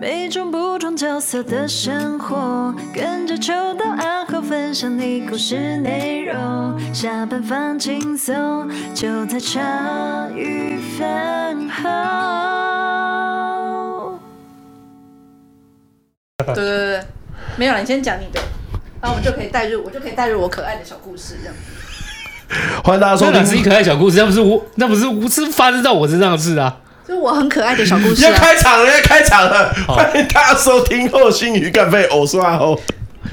每种不同角色的生活，跟着秋到暗号分享你故事内容。下班放轻松，就在茶余饭后。对对对，对没有了，你先讲你的，然后我们就可以带入，我就可以带入我可爱的小故事这样。欢迎大家收那听哪是一可爱小故事？那不是我，那不是我是发生在我身上的事啊！就是我很可爱的小故事要啊。开场了，要开场了！哦欢迎大家收听《后心鱼干费》，我是阿后。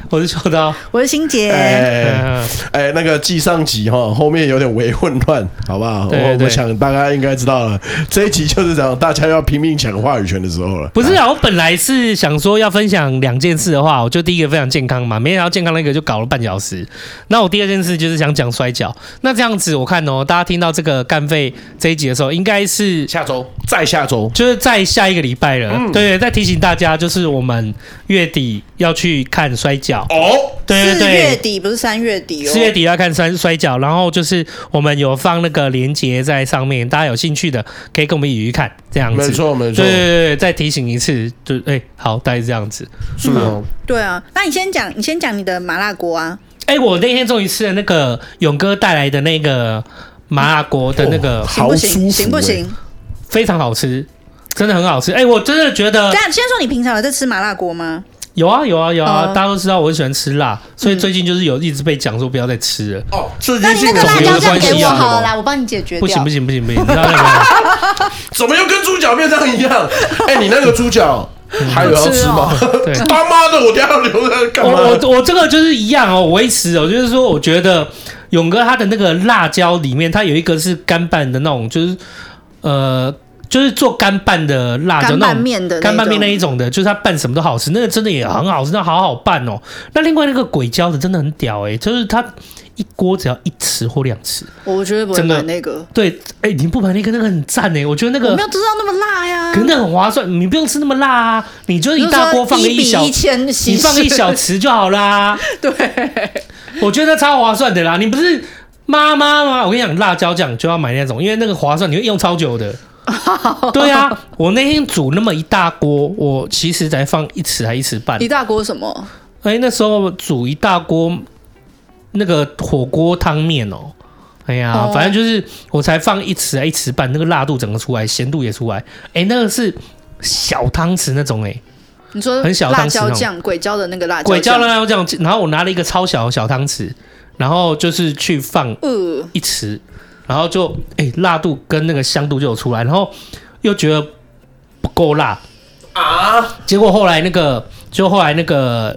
我是秋啊刀，我是欣姐，哎嗯，哎，那个记上集哈，后面有点微混乱，好不好？对对我对我想大家应该知道了，这一集就是讲大家要拼命抢话语权的时候了。不是啊，我本来是想说要分享两件事的话，我就第一个分享健康嘛，没想到健康那个就搞了半小时。那我第二件事就是想讲摔跤。那这样子，我看哦，大家听到这个干废这一集的时候，应该是下周，再下周，就是在下一个礼拜了。对，再提醒大家，就是我们月底要去看摔跤。哦，对对四月对。底不是三月底哦，四月底要看摔摔跤，然后就是我们有放那个连接在上面，大家有兴趣的可以跟我们一起去看，这样没子。错没对错对，对，对再提醒一次，就哎、好，大概是这样子。是哦，对啊，那你先讲，你先讲你的麻辣锅啊。哎、我那天终于吃了那个勇哥带来的那个麻辣锅的那个，行不好舒服行？欸行不行？非常好吃，真的很好吃。哎、我真的觉得这样，先说啊你平常有在吃麻辣锅吗？有啊有啊有啊，哦大家都知道我很喜欢吃辣，所以最近就是有一直被讲说不要再吃了。哦，这那件你事那情个总辣椒有关酱系给我啊好了啦，我帮你解决掉。不行不行不行不行，你知道那个怎么又跟猪脚变成一样？哎，你那个猪脚还有要吃吗？哦对。 他妈的，我等一下要留着干我嘛？我我这个就是一样哦，我维持哦，就是说，我觉得勇哥他的那个辣椒里面，它有一个是干拌的那种，就是呃，就是做干拌的辣椒干那拌种。面的干拌面那种一种的，就是它拌什么都好吃，那个真的也很好吃，那好好拌哦。那另外那个鬼椒的真的很屌诶、就是它一锅只要一匙或两匙。我绝对不会真的买那个，对，哎、你不买那个那个很赞诶、我觉得那我个没有啊知道那么辣呀。可能很划算，你不用吃那么辣啊，你就是一大锅放个一一小，比一千稀释，你放个一小匙就好啦。 对，我觉得超划算的啦！你不是妈妈吗？我跟你讲，辣椒酱就要买那种，因为那个划算，你会用超 久的。对啊，我那天煮那么一大锅，我其实才放一匙还一匙半一。大锅什么？哎、那时候煮一大锅那个火锅汤面哦。哎呀，哦反正就是我才放一匙还一匙半，那个辣度整个出来，咸度也出来。哎、那个是小汤匙那种哎、你说很小辣当时那椒种酱，鬼椒的那个辣椒鬼椒酱辣椒酱，然后我拿了一个超小的小汤匙，然后就是去放呃，一匙，然后就哎、辣度跟那个香度就有出来，然后又觉得不够辣啊。结果后来那个，就后来那个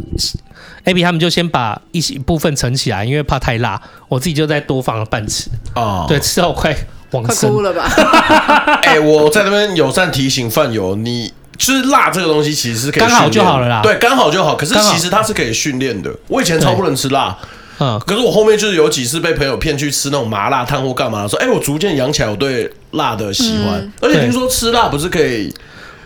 A B 他们就先把一些部分盛起来，因为怕太辣，我自己就再多放了半匙，哦对，吃到我快往快生哭。了吧？哎、我在那边友善提醒饭友，你就是辣这个东西其实是可以刚好训练就好了啦对，刚好就好。可是刚好其实它是可以训练的。我以前超不能吃辣，嗯，可是我后面就是有几次被朋友骗去吃那种麻辣烫或干嘛，说哎、我逐渐养起来我对辣的喜欢，而且对听说吃辣不是可以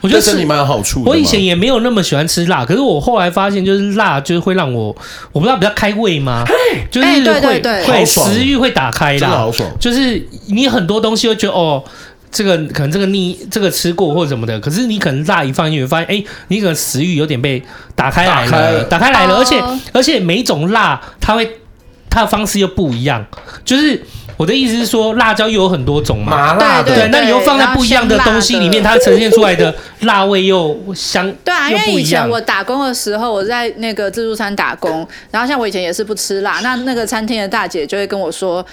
我觉对得身体是。蛮有好处的吗。我以前也没有那么喜欢吃辣，可是我后来发现，就是辣就是会让我，我不知道比较开胃吗？就是哎会对对对会好爽食欲会打开真啦，的好爽，就是你很多东西会觉得哦，这个可能这个腻，这个吃过或什么的，可是你可能辣一放进去，发现哎、你可能食欲有点被打开来打开了，了打开来了，哦而且而且每一种辣它会它的方式又不一样，就是我的意思是说，辣椒又有很多种嘛。麻辣的对对，那你又放在不一样的东西里面，然它呈现出来的辣味又香，对啊，因又为不以一前样。我打工的时候，我在那个自助餐打工，然后像我以前也是不吃辣，那那个餐厅的大姐就会跟我说，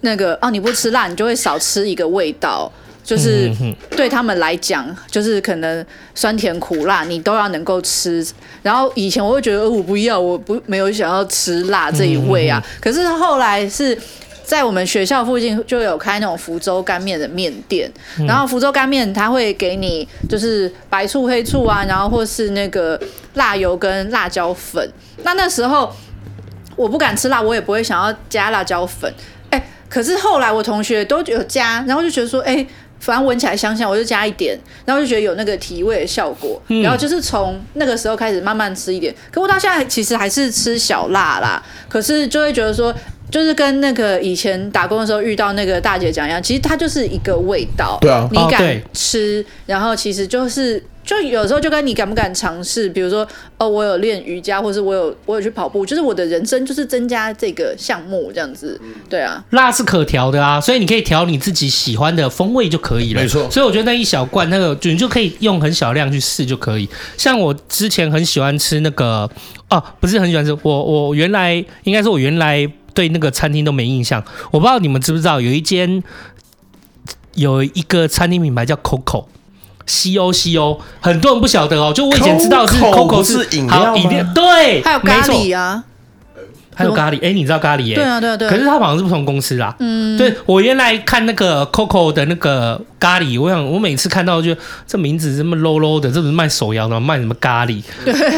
那个哦你不吃辣，你就会少吃一个味道。就是嗯嗯对他们来讲，就是可能酸甜苦辣你都要能够吃。然后以前我会觉得，呃我不要，我不没有想要吃辣这一味嗯啊。可是后来是在我们学校附近就有开那种福州干面的面店，然后福州干面它会给你就是白醋、黑醋啊，然后或是那个辣油跟辣椒粉。那那时候我不敢吃辣，我也不会想要加辣椒粉。哎、可是后来我同学都有加，然后就觉得说，哎、反正闻起来香香，我就加一点，然后就觉得有那个提味的效果。然后就是从那个时候开始慢慢吃一点，可我到现在其实还是吃小辣啦，可是就会觉得说。就是跟那个以前打工的时候遇到那个大姐讲一样，其实它就是一个味道，对啊你哦敢对吃，然后其实就是就有时候就跟你敢不敢尝试，比如说哦，我有练瑜伽，或是我有我有去跑步，就是我的人生就是增加这个项目这样子，嗯对啊，辣是可调的啊，所以你可以调你自己喜欢的风味就可以了。没错所以我觉得那一小罐那个，就你就可以用很小量去试就可以。像我之前很喜欢吃那个，哦，不是很喜欢吃，我我原来应该是我原来对那个餐厅都没印象，我不知道你们知不知道有一间有一个餐厅品牌叫 Coco。C O C O，很多人不晓得哦，就我以前知道是 Coco Coco 不是饮料好吗饮料，对，还有咖没错，喱啊，还有咖喱，哎、你知道咖喱耶、对啊对啊对可是啊，他好像是不同公司啦。嗯，对我原来看那个 Coco 的那个咖喱，我想我每次看到就这名字这么 low low 的，这不是卖手摇的吗，卖什么咖喱，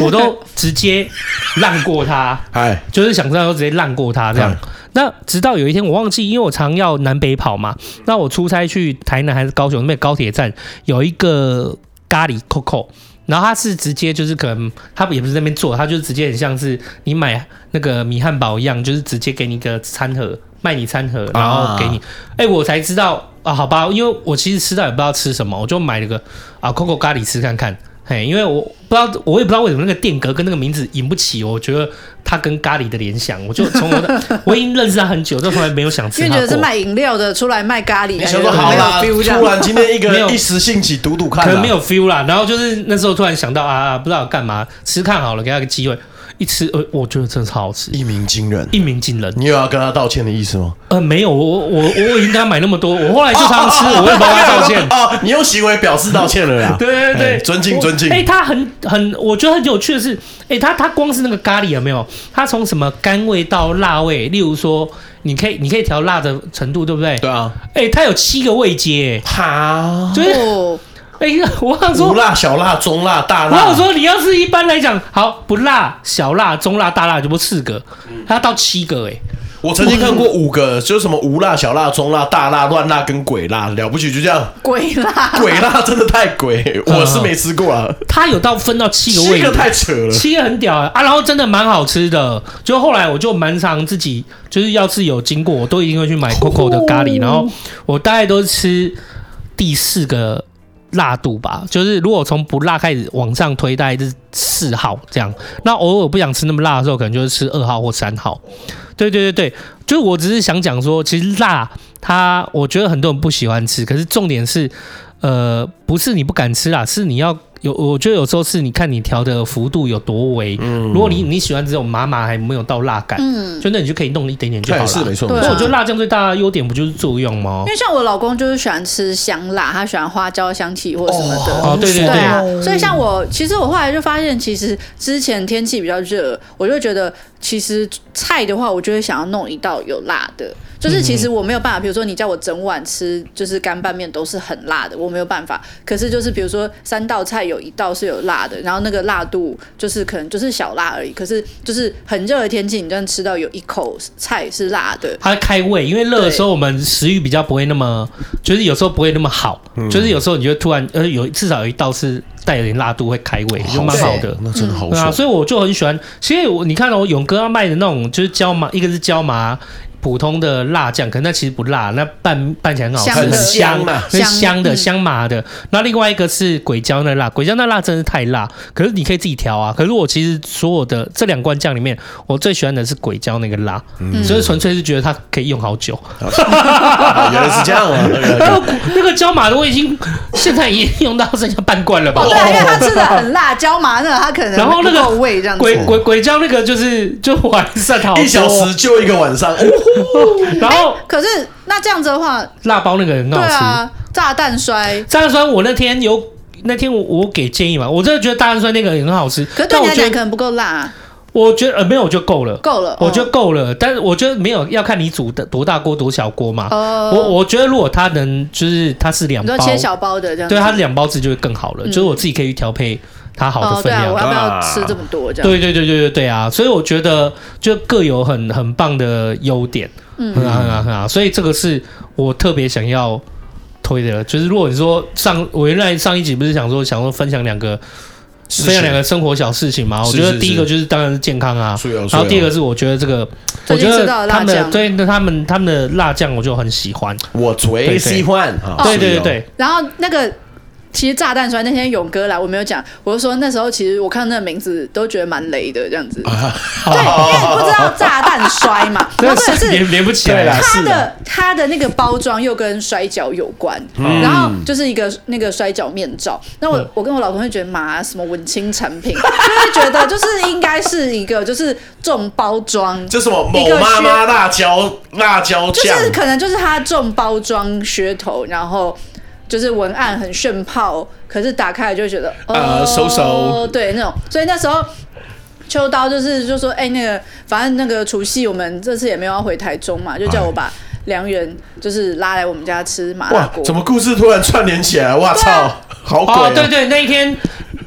我都直接让过他，哎，就是想知道就直接让过他这样。那直到有一天我忘记，因为我常要南北跑嘛，那我出差去台南还是高雄那边有高铁站有一个咖喱 Coco。然后他是直接就是可能他也不是在那边做，他就是直接很像是你买那个米汉堡一样，就是直接给你一个餐盒，卖你餐盒，然后给你。哎、我才知道啊，好吧，因为我其实吃到也不知道吃什么，我就买了个啊 Coco 咖喱吃看看。嘿，因为我不知道，我也不知道为什么那个店格跟那个名字引不起，我觉得它跟咖喱的联想，我就从 我的我已经认识他很久，但从来没有想吃因为它觉得是过。卖饮料的出来卖咖喱，你感想觉说哎好没有啦， feel 这突然样，今天一个 没有人一时兴起赌赌看，可能没。有 feel 啦。然后就是那时候突然想到啊，不知道干嘛，吃看好了，给他个机会。一吃，呃，我觉得真的超好吃，一鸣惊人，一鸣惊人。你有要跟他道歉的意思吗？呃，没有，我我我我已经跟他买那么多，我后来就常吃，我也帮他 道歉。哦，你用行为表示道歉了啦。对 对对，哎尊敬我尊敬哎、他很很，我觉得很有趣的是，哎、他他光是那个咖喱有没有？他从什么甘味到辣味，例如说，你可以你可以调辣的程度，对不对？对啊，哎、他有七个味阶、好，就是哦，哎、我想无说，辣、小辣、中辣、大我辣。想说，你要是一般来讲，好不辣、小辣、中辣、大辣，就不四个，嗯他到七个、哎。我曾经看过五个，就是什么无辣、小辣、中辣、大辣、乱辣跟鬼辣，了不起就这 样。鬼啦， 鬼辣真的太鬼，我是没吃过啊，他有到分到嗯七个七味个阶。太扯了。七个很屌啊啊，然后真的蛮好吃的。就后来我就蛮常自己，就是要是有经过，我都一定会去买 Coco 的咖喱。然后我大概都吃第四个辣度吧，就是如果从不辣开始往上推，大概是四号这样。那偶尔不想吃那么辣的时候，可能就是吃二号或三号。对对对对，就是我只是想讲说，其实辣它，我觉得很多人不喜欢吃，可是重点是，呃，不是你不敢吃啦，是你要有，我觉得有时候是你看你调的幅度有多微。嗯如果你你喜欢这种麻麻还没有到辣感，嗯。就那你就可以弄一点点就那好也了。哎是没错，对啊所以我觉得辣酱最大的优点不就是作用吗因？为像我老公就是喜欢吃香辣，他喜欢花椒香气或什么的，哦，对对对啊对，，所以像我，其实我后来就发现，其实之前天气比较热，我就觉得其实菜的话，我就会想要弄一道有辣的。就是其实我没有办法，比如说你叫我整碗吃，就是干拌面都是很辣的，我没有办法。可是就是比如说三道菜有一道是有辣的，然后那个辣度就是可能就是小辣而已。可是就是很热的天气，你这样吃到有一口菜是辣的，它开胃，因为热的时候我们食欲比较不会那么，就是有时候不会那么好，嗯就是有时候你就会突然呃有至少有一道是带有点辣度会开哦胃，就蛮好的。那真的好对啊，爽。所以我就很喜欢。其实我你看哦，勇哥要卖的那种就是椒麻，一个是椒麻普通的辣酱，可能那其实不辣，那拌拌起来很好吃，香的很香嘛是香香的嗯香麻的。那另外一个是鬼椒那辣，鬼椒那辣真是太辣，可是你可以自己调啊。可是我其实所有的这两罐酱里面，我最喜欢的是鬼椒那个辣，所以纯粹是觉得它可以用好久。啊 原来是这样啊！原来还有那个椒麻的，我已经现在已经用到剩下半罐了吧？哦，对啊，因为他吃的很辣，椒麻呢，他可能然后那个不够味这样子。鬼鬼鬼椒那个就是就完善 好多一小时就一个晚 上，哦然后可是那这样子的话，辣包那个很对好吃。啊，炸弹摔。大蒜酸我那天有那天我我给建议嘛，我真的觉得大蒜酸那个很好吃，可是对但你我来觉讲可得能不够辣、啊，我觉得呃没有就够了。够哦了。我觉得够了，但是我觉得没有要看你煮的多大锅多小锅嘛。哦我我觉得如果它能就是它是两你包说，切小包的这样子，对它两包制就会更好了，就是我自己可以去调配它好哦，的分对啊，量我。要不要吃这么多这样？对对对对对对啊！所以我觉得就各有很很棒的优点，嗯，很好很好很好。所以这个是我特别想要推的，就是如果你说上我原来上一集不是想说想说分享两个分享两个生活小事情嘛？我是觉得是第一是个就是当然是健康啊，是有是然后有第二个是我觉得这个，我最觉近得吃到的他辣们的酱对那他们他们的辣酱我就很喜欢，哦我最喜欢。啊对对对，对，然后那个其实炸弹摔那天勇哥来，我没有讲，我就说那时候其实我看到那个名字都觉得蛮雷的这样 子，对，因为不知道炸弹摔嘛，然后或真的者是是连连不起来对啦了。它是啊的它的那个包装又跟摔跤有关，然后就是一个那个摔跤面罩。那我、嗯我跟我老公会觉得妈什么文青产品， 就是觉得就是应该是一个就是重包装，这什么某一个妈妈噱辣椒辣椒就酱，是可能就是它重包装噱头，然后。就是文案很炫炮，可是打开来就觉得哦，呃收手对那种，所以那时候秋刀就是就说，哎、那个反正那个除夕我们这次也没有要回台中嘛，就叫哎我把良缘就是拉来我们家吃麻辣哇，锅。怎么故事突然串联起来？哇操，好鬼、啊！哦哦，对对，那一天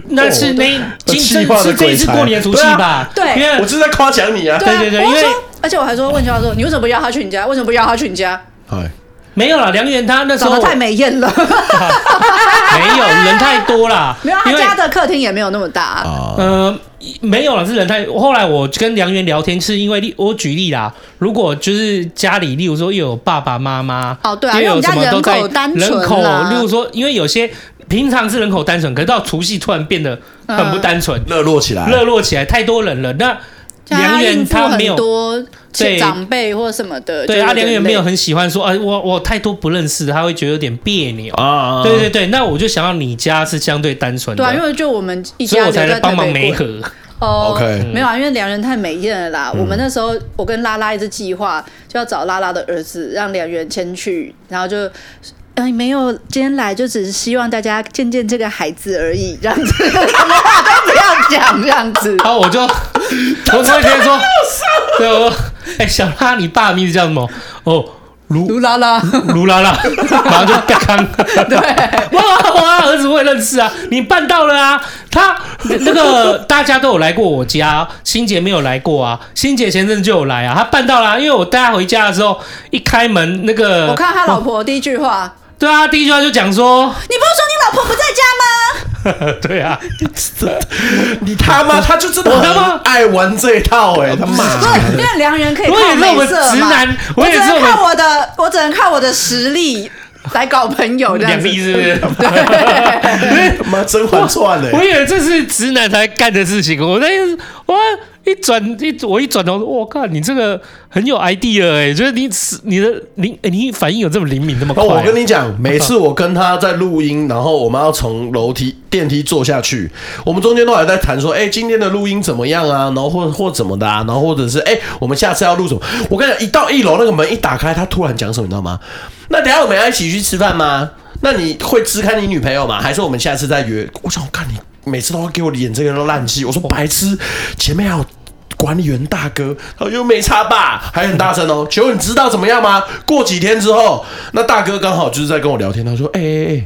那是那一今气这化的是这一鬼次才过年除夕吧？对啊对因为我就是在夸奖你啊！对啊对对对我就因为说，而且我还说问秋刀说，你为什么不邀他去你家？为什么不邀他去你家？哎，没有啦，梁元他那时长候得太美艳了， 没有人太多啦， 没有啊他因为家的客厅也没有那么大、啊。呃，没有了，是人太。后来我跟梁元聊天，是因为例我举例啦，如果就是家里，例如说又有爸爸妈妈，哦对啊又因为我有们家什么都在人口单纯人口啦，例如说，因为有些平常是人口单纯，可是到除夕突然变得很不单纯，热络起来，热络起来，太多人了。那像梁啊他元应付他没很有。多对长辈或什么的，对，就阿有梁点元没有累很喜欢说，哎，我我太多不认识的，他会觉得有点别扭。啊！对对对，那我就想要你家是相对单纯嗯的，对啊，因为就我们一所以家我人才在来台帮忙北媒过合。哦 OK 没有啊，因为良人太美艳了啦。我们那时候我跟拉拉一直计划，就要找拉拉的儿子让良人先去，然后就。嗯，没有，今天来就只是希望大家见见这个孩子而已，这样子，不要讲这样 子。然后我就我突然间说，对我说，哎、小拉，你爸的名字叫什么？哦，卢卢拉拉，卢拉拉，然后就嘎康， 对，哇哇，儿子会认识啊，你办到了啊！他那个大家都有来过我家，欣杰没有来过啊，欣杰前阵就有来啊，他办到了啊、因为我带他回家的时候，一开门那个，我看他老婆第一句话，对啊，第一句话就讲 说，你不是说你老婆不在家吗？对啊，你他妈，他就真的我他妈很爱玩这一套哎、他 妈不！是，因为良人可以我靠也是我美们色嘛直男，我也只是我能们靠我的，我只能靠我的实力来搞朋友这样两子。亿是不是？哎他妈甄嬛传哎 我！以为这是直男才干的事情，我那我一转一我一转头，我靠，你这个很有 idea 哎、就是你你的灵、哎你反应有这么灵敏，这么快、啊哦，我跟你讲，每次我跟他在录音，然后我们要从楼梯电梯坐下去，我们中间都还在谈说，哎、今天的录音怎么样啊？然后或或怎么的啊？然后或者是哎、我们下次要录什么？我跟你讲，一到一楼那个门一打开，他突然讲什么，你知道吗？那等一下我们要一起去吃饭吗？那你会支开你女朋友吗？还是我们下次再约？我想，我看你每次都要给我演这个烂戏，我说白痴，啊前面还有。管理员大哥，他说又没差吧，还很大声哦。 请问你知道怎么样吗？过几天之后，那大哥刚好就是在跟我聊天，他说：“哎哎哎，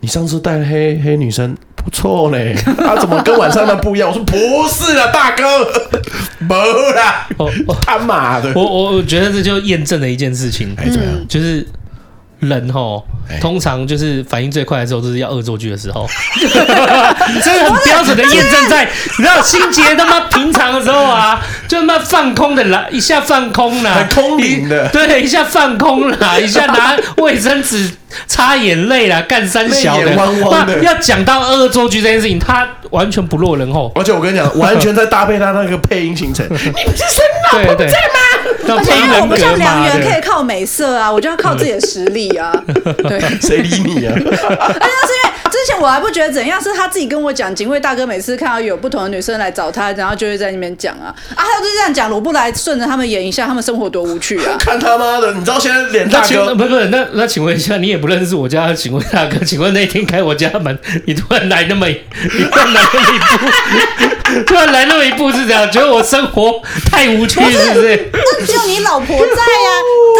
你上次带黑黑女生不错 呢，她怎么跟晚上那不一样？”我说：“不是啊，大哥， 没啦哦哦，他妈的， 我我我觉得这就验证了一件事情，哎怎么样？就是人吼哎，通常就是反应最快的时候，就是要恶作剧的时候， 这是很标准的验证在。你知道心杰他妈平常的时候啊，就他妈放空的啦，一下放空啦，很空灵的一对，一下放空啦，一下拿卫生纸擦眼泪啦，干三小泪的，眼汪汪的那要讲到恶作剧这件事情，他完全不落人后，而且我跟你讲，完全在搭配他那个配音行程，对对对，那而且配因音为我人不像格良嘛，缘可对以靠美色啊，我就要靠自己的实力啊。对，而且谁理你 啊？那是因为之前我还不觉得怎样，是他自己跟我讲，警卫大哥每次看到有不同的女生来找他，然后就会在那边讲啊啊，他就这样讲，我不来顺着他们演一下，他们生活多无趣啊。看他妈的，你知道现在脸那 大请哥问不是不是那那请问一下，你也不认识我家的警卫大哥？ 请问那天开我家门，你突然来那么一，你突然来那么一步，突 然来那么一步是这样？觉得我生活太无趣是 不是？那只有你老婆在 啊，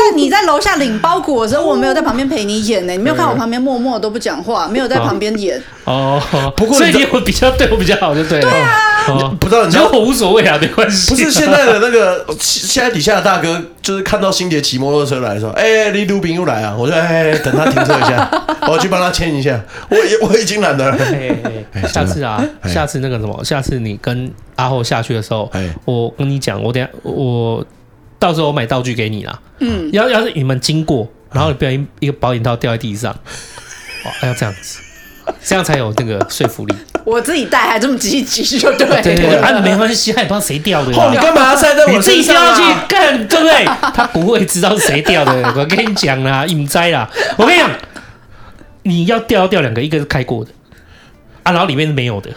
在你在楼下领包裹的时候，我没有在旁边陪你演呢、你没有看我旁边默默都不讲话，没有在旁边演。哦，不过所你以知你我比较对我比较好就对了。对啊，哦、不知道你你知觉得道我无所谓啊，没关系。不是现在的那个，现在底下的大哥就是看到新杰骑摩托车来说，哎、李鲁斌又来啊！我说，哎、等他停车一 下，我要去帮他签一下。我已我已经懒得了。哎哎哎下次啊，哎下次那个什么，下次你跟阿后下去的时候哎，我跟你讲，我等下我到时候我买道具给你啦。嗯，要要是你们经过，然后你不小心一个保险套掉在地上，哦，要这样子，这样才有那个说服力。我自己带还这么积极，就对哎了。对对对，啊，没关系，他也不知道谁掉的哦，你啦，干嘛要晒在你我自己身掉上下去啊？干，对不对？他不会知道是谁掉的，我跟你讲啦，隐栽啦，我跟你讲，你要掉要掉两个，一个是开过的。啊，然后里面是没有的，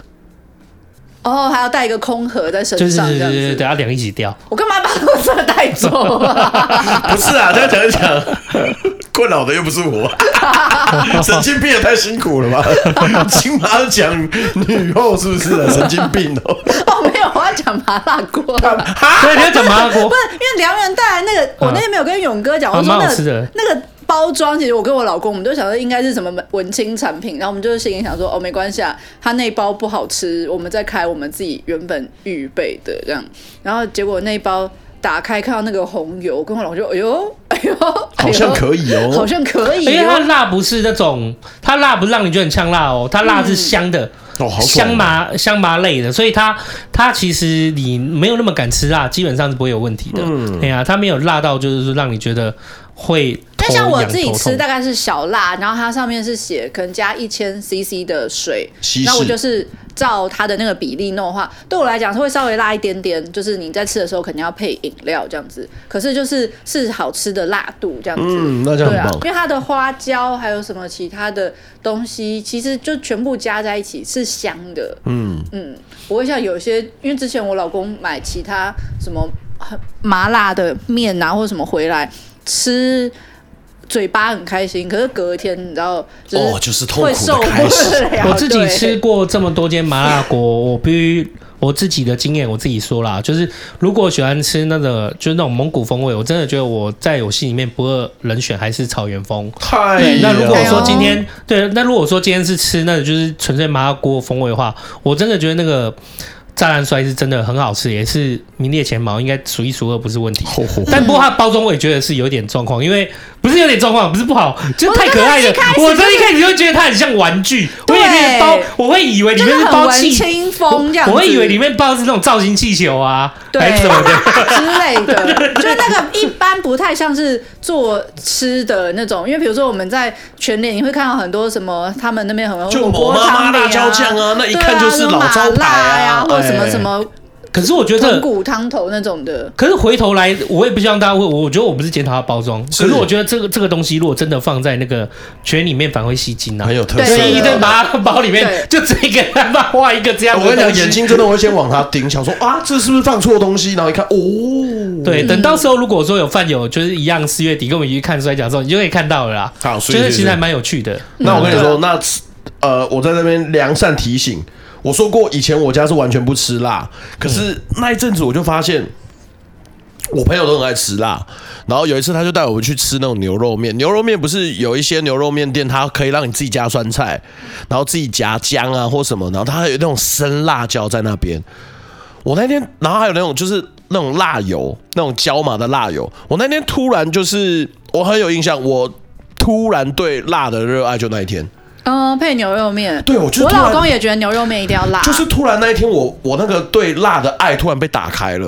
哦，还要带一个空盒在身就是上，对这样对对子。对，啊，两个一起掉，我干嘛把垃圾带走 啊？ 不是啊，这样讲一讲，困扰的又不是 我，神经病也太辛苦了吧？金马奖女后是不是啊？神经病 哦！哦，没有，我要讲麻辣锅啦。对，你要讲麻辣 锅不，是，因为梁元带来那个，我那天没有跟勇哥讲，啊我说蛮那好吃个的那个包装，其实我跟我老公，我们就想说应该是什么文青产品，然后我们就是心里想说，哦，没关系啊，他那包不好吃，我们再开我们自己原本预备的这样，然后结果那一包。打开看到那个红油，我跟我老公就哎呦哎呦，哎呦好像可以 哦好像可以因为 它哦，哎辣不是那种，它辣不让你觉得很呛辣哦，它辣是香的，哦，好爽香麻香麻类的，所以它它其实你没有那么敢吃辣，基本上是不会有问题的。嗯哎呀、它没有辣到就是说让你觉得会头但像我痒自己头吃痛大概是小辣，然后它上面是写可能加一千 CC 的水稀，释那我就是照它的那个比例弄的话，对我来讲是会稍微辣一点点，就是你在吃的时候肯定要配饮料这样子，可是就是是好吃的辣度这样子，嗯那这样对很啊棒，因为它的花椒还有什么其他的东西，其实就全部加在一起是香的，嗯，嗯，不会像有些，因为之前我老公买其他什么很麻辣的面啊，或者什么回来吃，嘴巴很开心，可是隔天你知道，就是、哦就是痛苦会的受开始不了。我自己对吃，过这么多间麻辣 锅，我必须我自己的经验，我自己说啦，就是如果喜欢吃那个就是那种蒙古风味，我真的觉得我在我心里面不二人选还是草原风。太对，那如果哎呦说今天对，那如果说今天是吃那个就是纯粹麻辣锅风味的话，我真的觉得那个炸弹摔是真的很好吃，也是名列前茅，应该数一数二不是问题。吼吼但不过它的包装我也觉得是有点状况，因为不是有点状况，不是不好，就是太可爱了。我我真的真是的一一开始就觉得它很像玩具，我对以为包，我会以为里就面是是很包文气，青风这样子，我会以为里面包的是那种造型气球啊，对还是什么 的。之类 的，就是那个一般不太像是做吃的那种，因为比如说我们在全联你会看到很多什么，他们那边很多就火某锅妈妈汤底辣椒酱啊啊，那一对看就啊是那种老招麻辣牌啊呀，或者什么哎什么可是我觉豚得，骨汤头那种的，可是回头来，我也不希望大家会，我觉得我不是检讨它包装，是可是我觉得这个这个东西如果真的放在那个圈里面，反而会吸睛啊很。有特对色所的。以一堆麻辣包里面对就这一个他妈画一个这样的我跟你讲，东西眼睛真的会先往他盯，想说啊，这是不是放错东西？然后一看，哦，对，等到时候如果说有饭友就是一样，四月底跟我们一起看摔跤的时候，你就可以看到了啦。好所以就是其是实还蛮有趣的。那我跟你说，那呃，我在那边良善提醒，我说过以前我家是完全不吃辣，可是嗯那一阵子我就发现。我朋友都很爱吃辣，然后有一次他就带我们去吃那种牛肉面。牛肉面不是有一些牛肉面店，它可以让你自己加酸菜，然后自己夹姜啊或什么，然后它还有那种生辣椒在那边。我那天，然后还有那种就是那种辣油，那种椒麻的辣油。我那天突然就是，我很有印象，我突然对辣的热爱就那一天，嗯，配牛肉面。对我就是我突然老公也觉得牛肉面一定要辣，就是突然那一天我，我那个对辣的爱突然被打开了，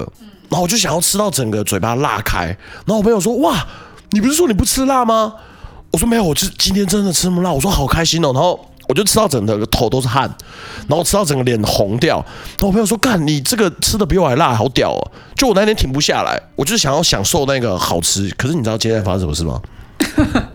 然后我就想要吃到整个嘴巴辣开。然后我朋友说：“哇，你不是说你不吃辣吗？”我说：“没有，我是今天真的吃不辣。”我说：“好开心哦。”然后。我就吃到整个头都是汗，然后吃到整个脸红掉。然后我朋友说：“干，你这个吃的比我还辣，好屌哦！”就我那天停不下来，我就是想要享受那个好吃。可是你知道接下来发生什么事吗？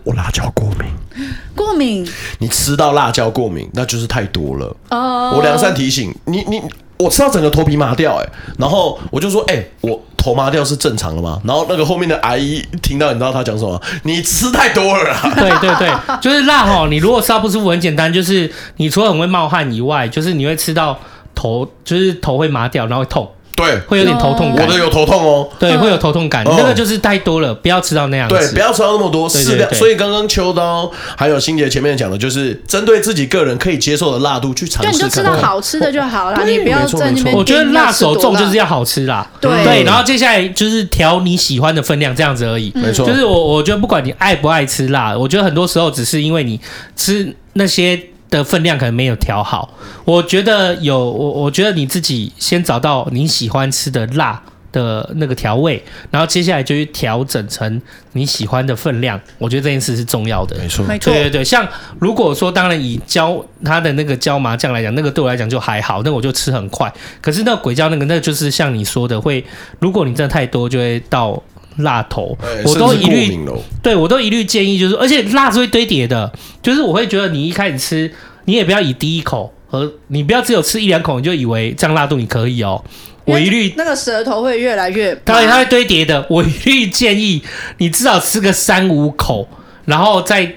我辣椒过敏。过敏你吃到辣椒过敏，那就是太多了。哦我良善提醒你，你我吃到整个头皮麻掉、欸，然后我就说，哎、我头麻掉是正常的吗？然后那个后面的阿姨听到，你知道她讲什么吗？你吃太多了啊 啦。对对对，就是辣吼，你如果烧不舒服，很简单，就是你除了很会冒汗以外，就是你会吃到头，就是头会麻掉，然后会痛，对，会有点头痛我感。的有头痛哦。对，会有头痛感，哦那个就是太多了，不要吃到那样子。对，不要吃到那么多，对适量。对对所以刚刚秋刀还有欣杰前面讲的，就是针对自己个人可以接受的辣度去尝就你试就看看。吃到好吃的就好啦，对你不要没错在那没边。错我觉得辣手重就是要好吃啦，对然后接下来就是调你喜欢的分量这样子而已，没错就是我我觉得不管你爱不爱吃辣，我觉得很多时候只是因为你吃那些的分量可能没有调好。我觉得有我我觉得你自己先找到你喜欢吃的辣的那个调味，然后接下来就去调整成你喜欢的分量。我觉得这件事是重要的。没错，没错对，对对，像如果说当然以椒它的那个椒麻酱来讲，那个对我来讲就还好，那我就吃很快。可是那鬼椒那个，那个就是像你说的，会如果你真的太多，就会到辣头。哎我都甚至一过律敏了。对我都一律建议就是，而且辣是会堆叠的，就是我会觉得你一开始吃，你也不要以第一口和你不要只有吃一两口你就以为这样辣度你可以哦。因我为一律那个舌头会越来越麻，当然它会堆叠的，我一律建议你至少吃个三五口，然后再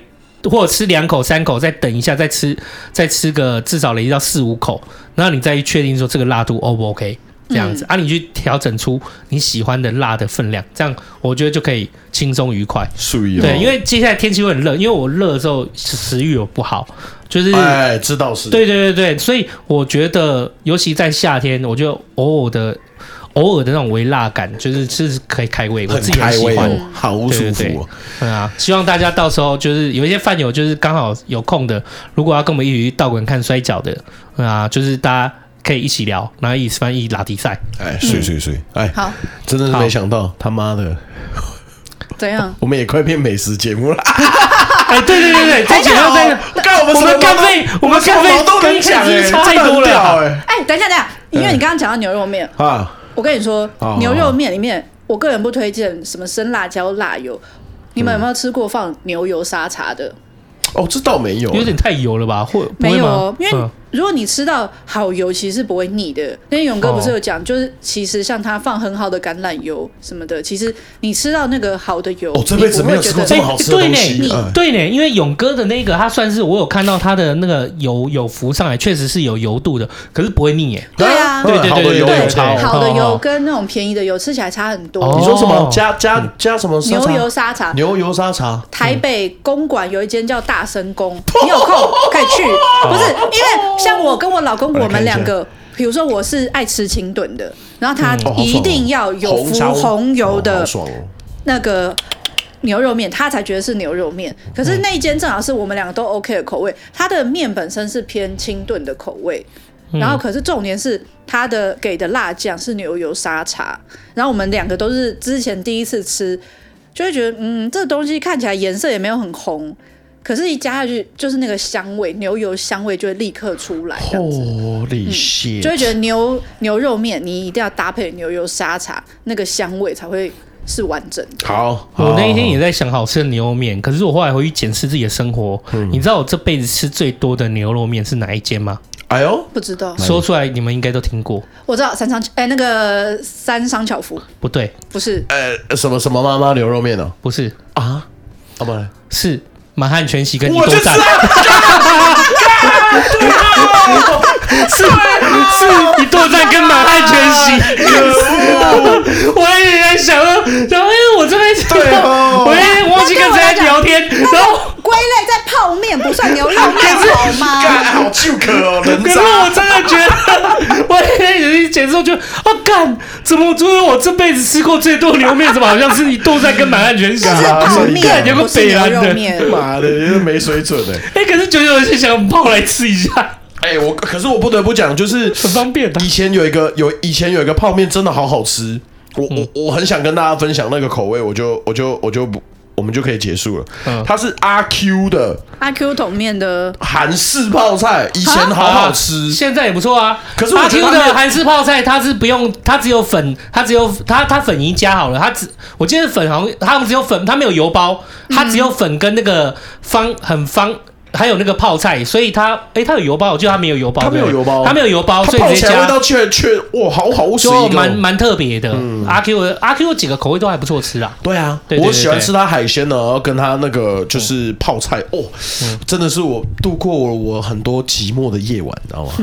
或者吃两口三口，再等一下再吃，再吃个至少累积到四五口，然后你再确定说这个辣度 O 不 OK 这样子、啊，你去调整出你喜欢的辣的分量，这样我觉得就可以轻松愉快。注意哦，对，因为接下来天气会很热，因为我热的时候食欲有不好，就是哎，知道是，对对对对，所以我觉得，尤其在夏天，我就偶尔的、偶尔的那种微辣感，就是是可以开胃，我很自己很开喜胃欢。哦，好舒对对服对哦。嗯啊，希望大家到时候就是有一些饭友，就是刚好有空的，如果要跟我们一起去道馆看摔跤的，嗯啊，就是大家可以一起聊，然后一起翻译拉迪赛。哎，睡睡睡，哎，嗯好真的是好没想到，他妈的，怎样？我们也快变美食节目了。哎，对对对对，这几 好哦个在干我们什我么们干毛杯，我们什么干杯毛，都能跟讲跟哎，之差太真的很多屌了。啊哎哎，等一下，等一下，因嗯为你刚刚讲到牛肉面，啊，我跟你说哦，牛肉面里面，我个人不推荐什么生辣椒、辣油。你们有没有吃过放牛油沙茶的？哦，这倒没有，有点太油了吧？会不没会有吗哦，因为嗯如果你吃到好油，其实是不会腻的。那勇哥不是有讲，就是其实像他放很好的橄榄油什么的，其实你吃到那个好的油，哦，这辈子没有吃过你不这会觉么得好吃的哎东西对。呢哎对呢，因为勇哥的那个，他算是我有看到他的那个油有浮上来，确实是有油度的，可是不会腻耶。对啊当然对对好的对油对有对差对哦。好的油哦跟那种便宜的油吃起来差很你多。说什么哦？加加加什么沙牛茶？油沙茶，牛油沙茶，台北公馆有一间叫大生 宫，哦你有空可以去。不是因为像我跟我老公，我来我看们一下两个，比如说我是爱吃清炖的，然后他哦好爽哦一定要有红烧敷红油哦的好爽哦。那个牛肉面，他才觉得是牛肉面。可是那一间正好是我们两个都 OK 的口味，它的面本身是偏清炖的口味，然后可是重点是它的给的辣酱是牛油沙茶，然后我们两个都是之前第一次吃，就会觉得嗯，这个东西看起来颜色也没有很红。可是，一加下去就是那个香味，牛油香味就会立刻出来，这样哦子。 Holy shit！嗯就会觉得牛牛肉面你一定要搭配牛油沙茶，那个香味才会是完整的。好，我那一天也在在想好吃的牛肉面，可是我后来回去检视自己的生活，你知道我这辈子吃最多的牛肉面是哪一间吗？哎呦，不知道，说出来你们应该都听过，我知道三商哎、那个三商巧福不对，不是呃，什么什么妈妈牛肉面哦不是，啊，啊不然，是满汉全席跟你我多就知啊赞 道，，啊是啊是你多赞跟满汉哎全 席。我一直在想说，然后因为我这边是对哦我一直忘记跟谁在聊天，然后归类在泡面，不算牛肉 面好吗？啊干好旧壳哦，人可是渣我真的觉得， 我一开始解释，我就啊干，怎么就是我这辈子吃过最多牛肉面，怎么好像是你豆在跟满汉全席？这是泡干面，有个不是北牛兰的肉面。 妈的，真是没水准哎！哎、可是九九就想泡来吃一下，哎，我可是我不得不讲，就是很方便的以。前有一个有以前有一个泡面真的好好吃，我嗯我我很想跟大家分享那个口味，我就我就我就不。我们就可以结束了。嗯它是阿 Q 的阿 Q 桶面的，韩式泡菜，以前好好吃。现在也不错啊。可是我阿觉得 Q 它没有的韩式泡菜，它是不用，它只有粉，它只有它它粉已经加好了，它只我记得粉好像它只有粉，它没有油包，嗯它只有粉跟那个方很方。还有那个泡菜，所以它，诶，它有油包，我记得它没有油包，它没有对不对油包它没有油包，它所以泡直起接来加味道确确哇，好好哦吃就一蛮个。蛮特别的。嗯阿 Q 的阿 Q 几个口味都还不错吃啊。对啊，对对对我喜欢吃它海鲜呢，然后跟它那个就是泡菜哦，真的是我度过我我很多寂寞的夜晚，你知道吗？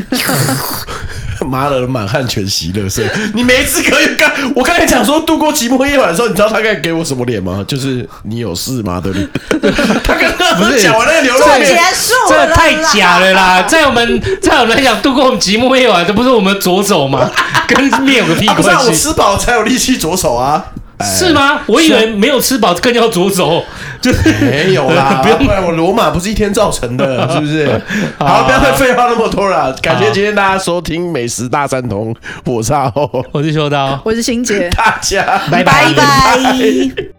妈的，满汉全席乐色！你没资格干。我刚才讲说度过寂寞夜晚的时候，你知道他该给我什么脸吗？就是你有事吗？对不 对？他刚刚讲完那个牛肉就面啊结，束这了个啦，太假了啦！在我们在我们来讲度过我们寂寞 夜晚，这不是我们左手吗？跟面有个屁啊不是啊关我系？吃饱才有力气着手啊。是吗？我以为没有吃饱更要着手，就是没有啦，不不用要怪我罗马不是一天造成 的，是不是？好，不要再废话那么多了，感谢今天大家收听《美食大三通》，我是阿后，，我是修刀，我是欣姐大家 拜拜。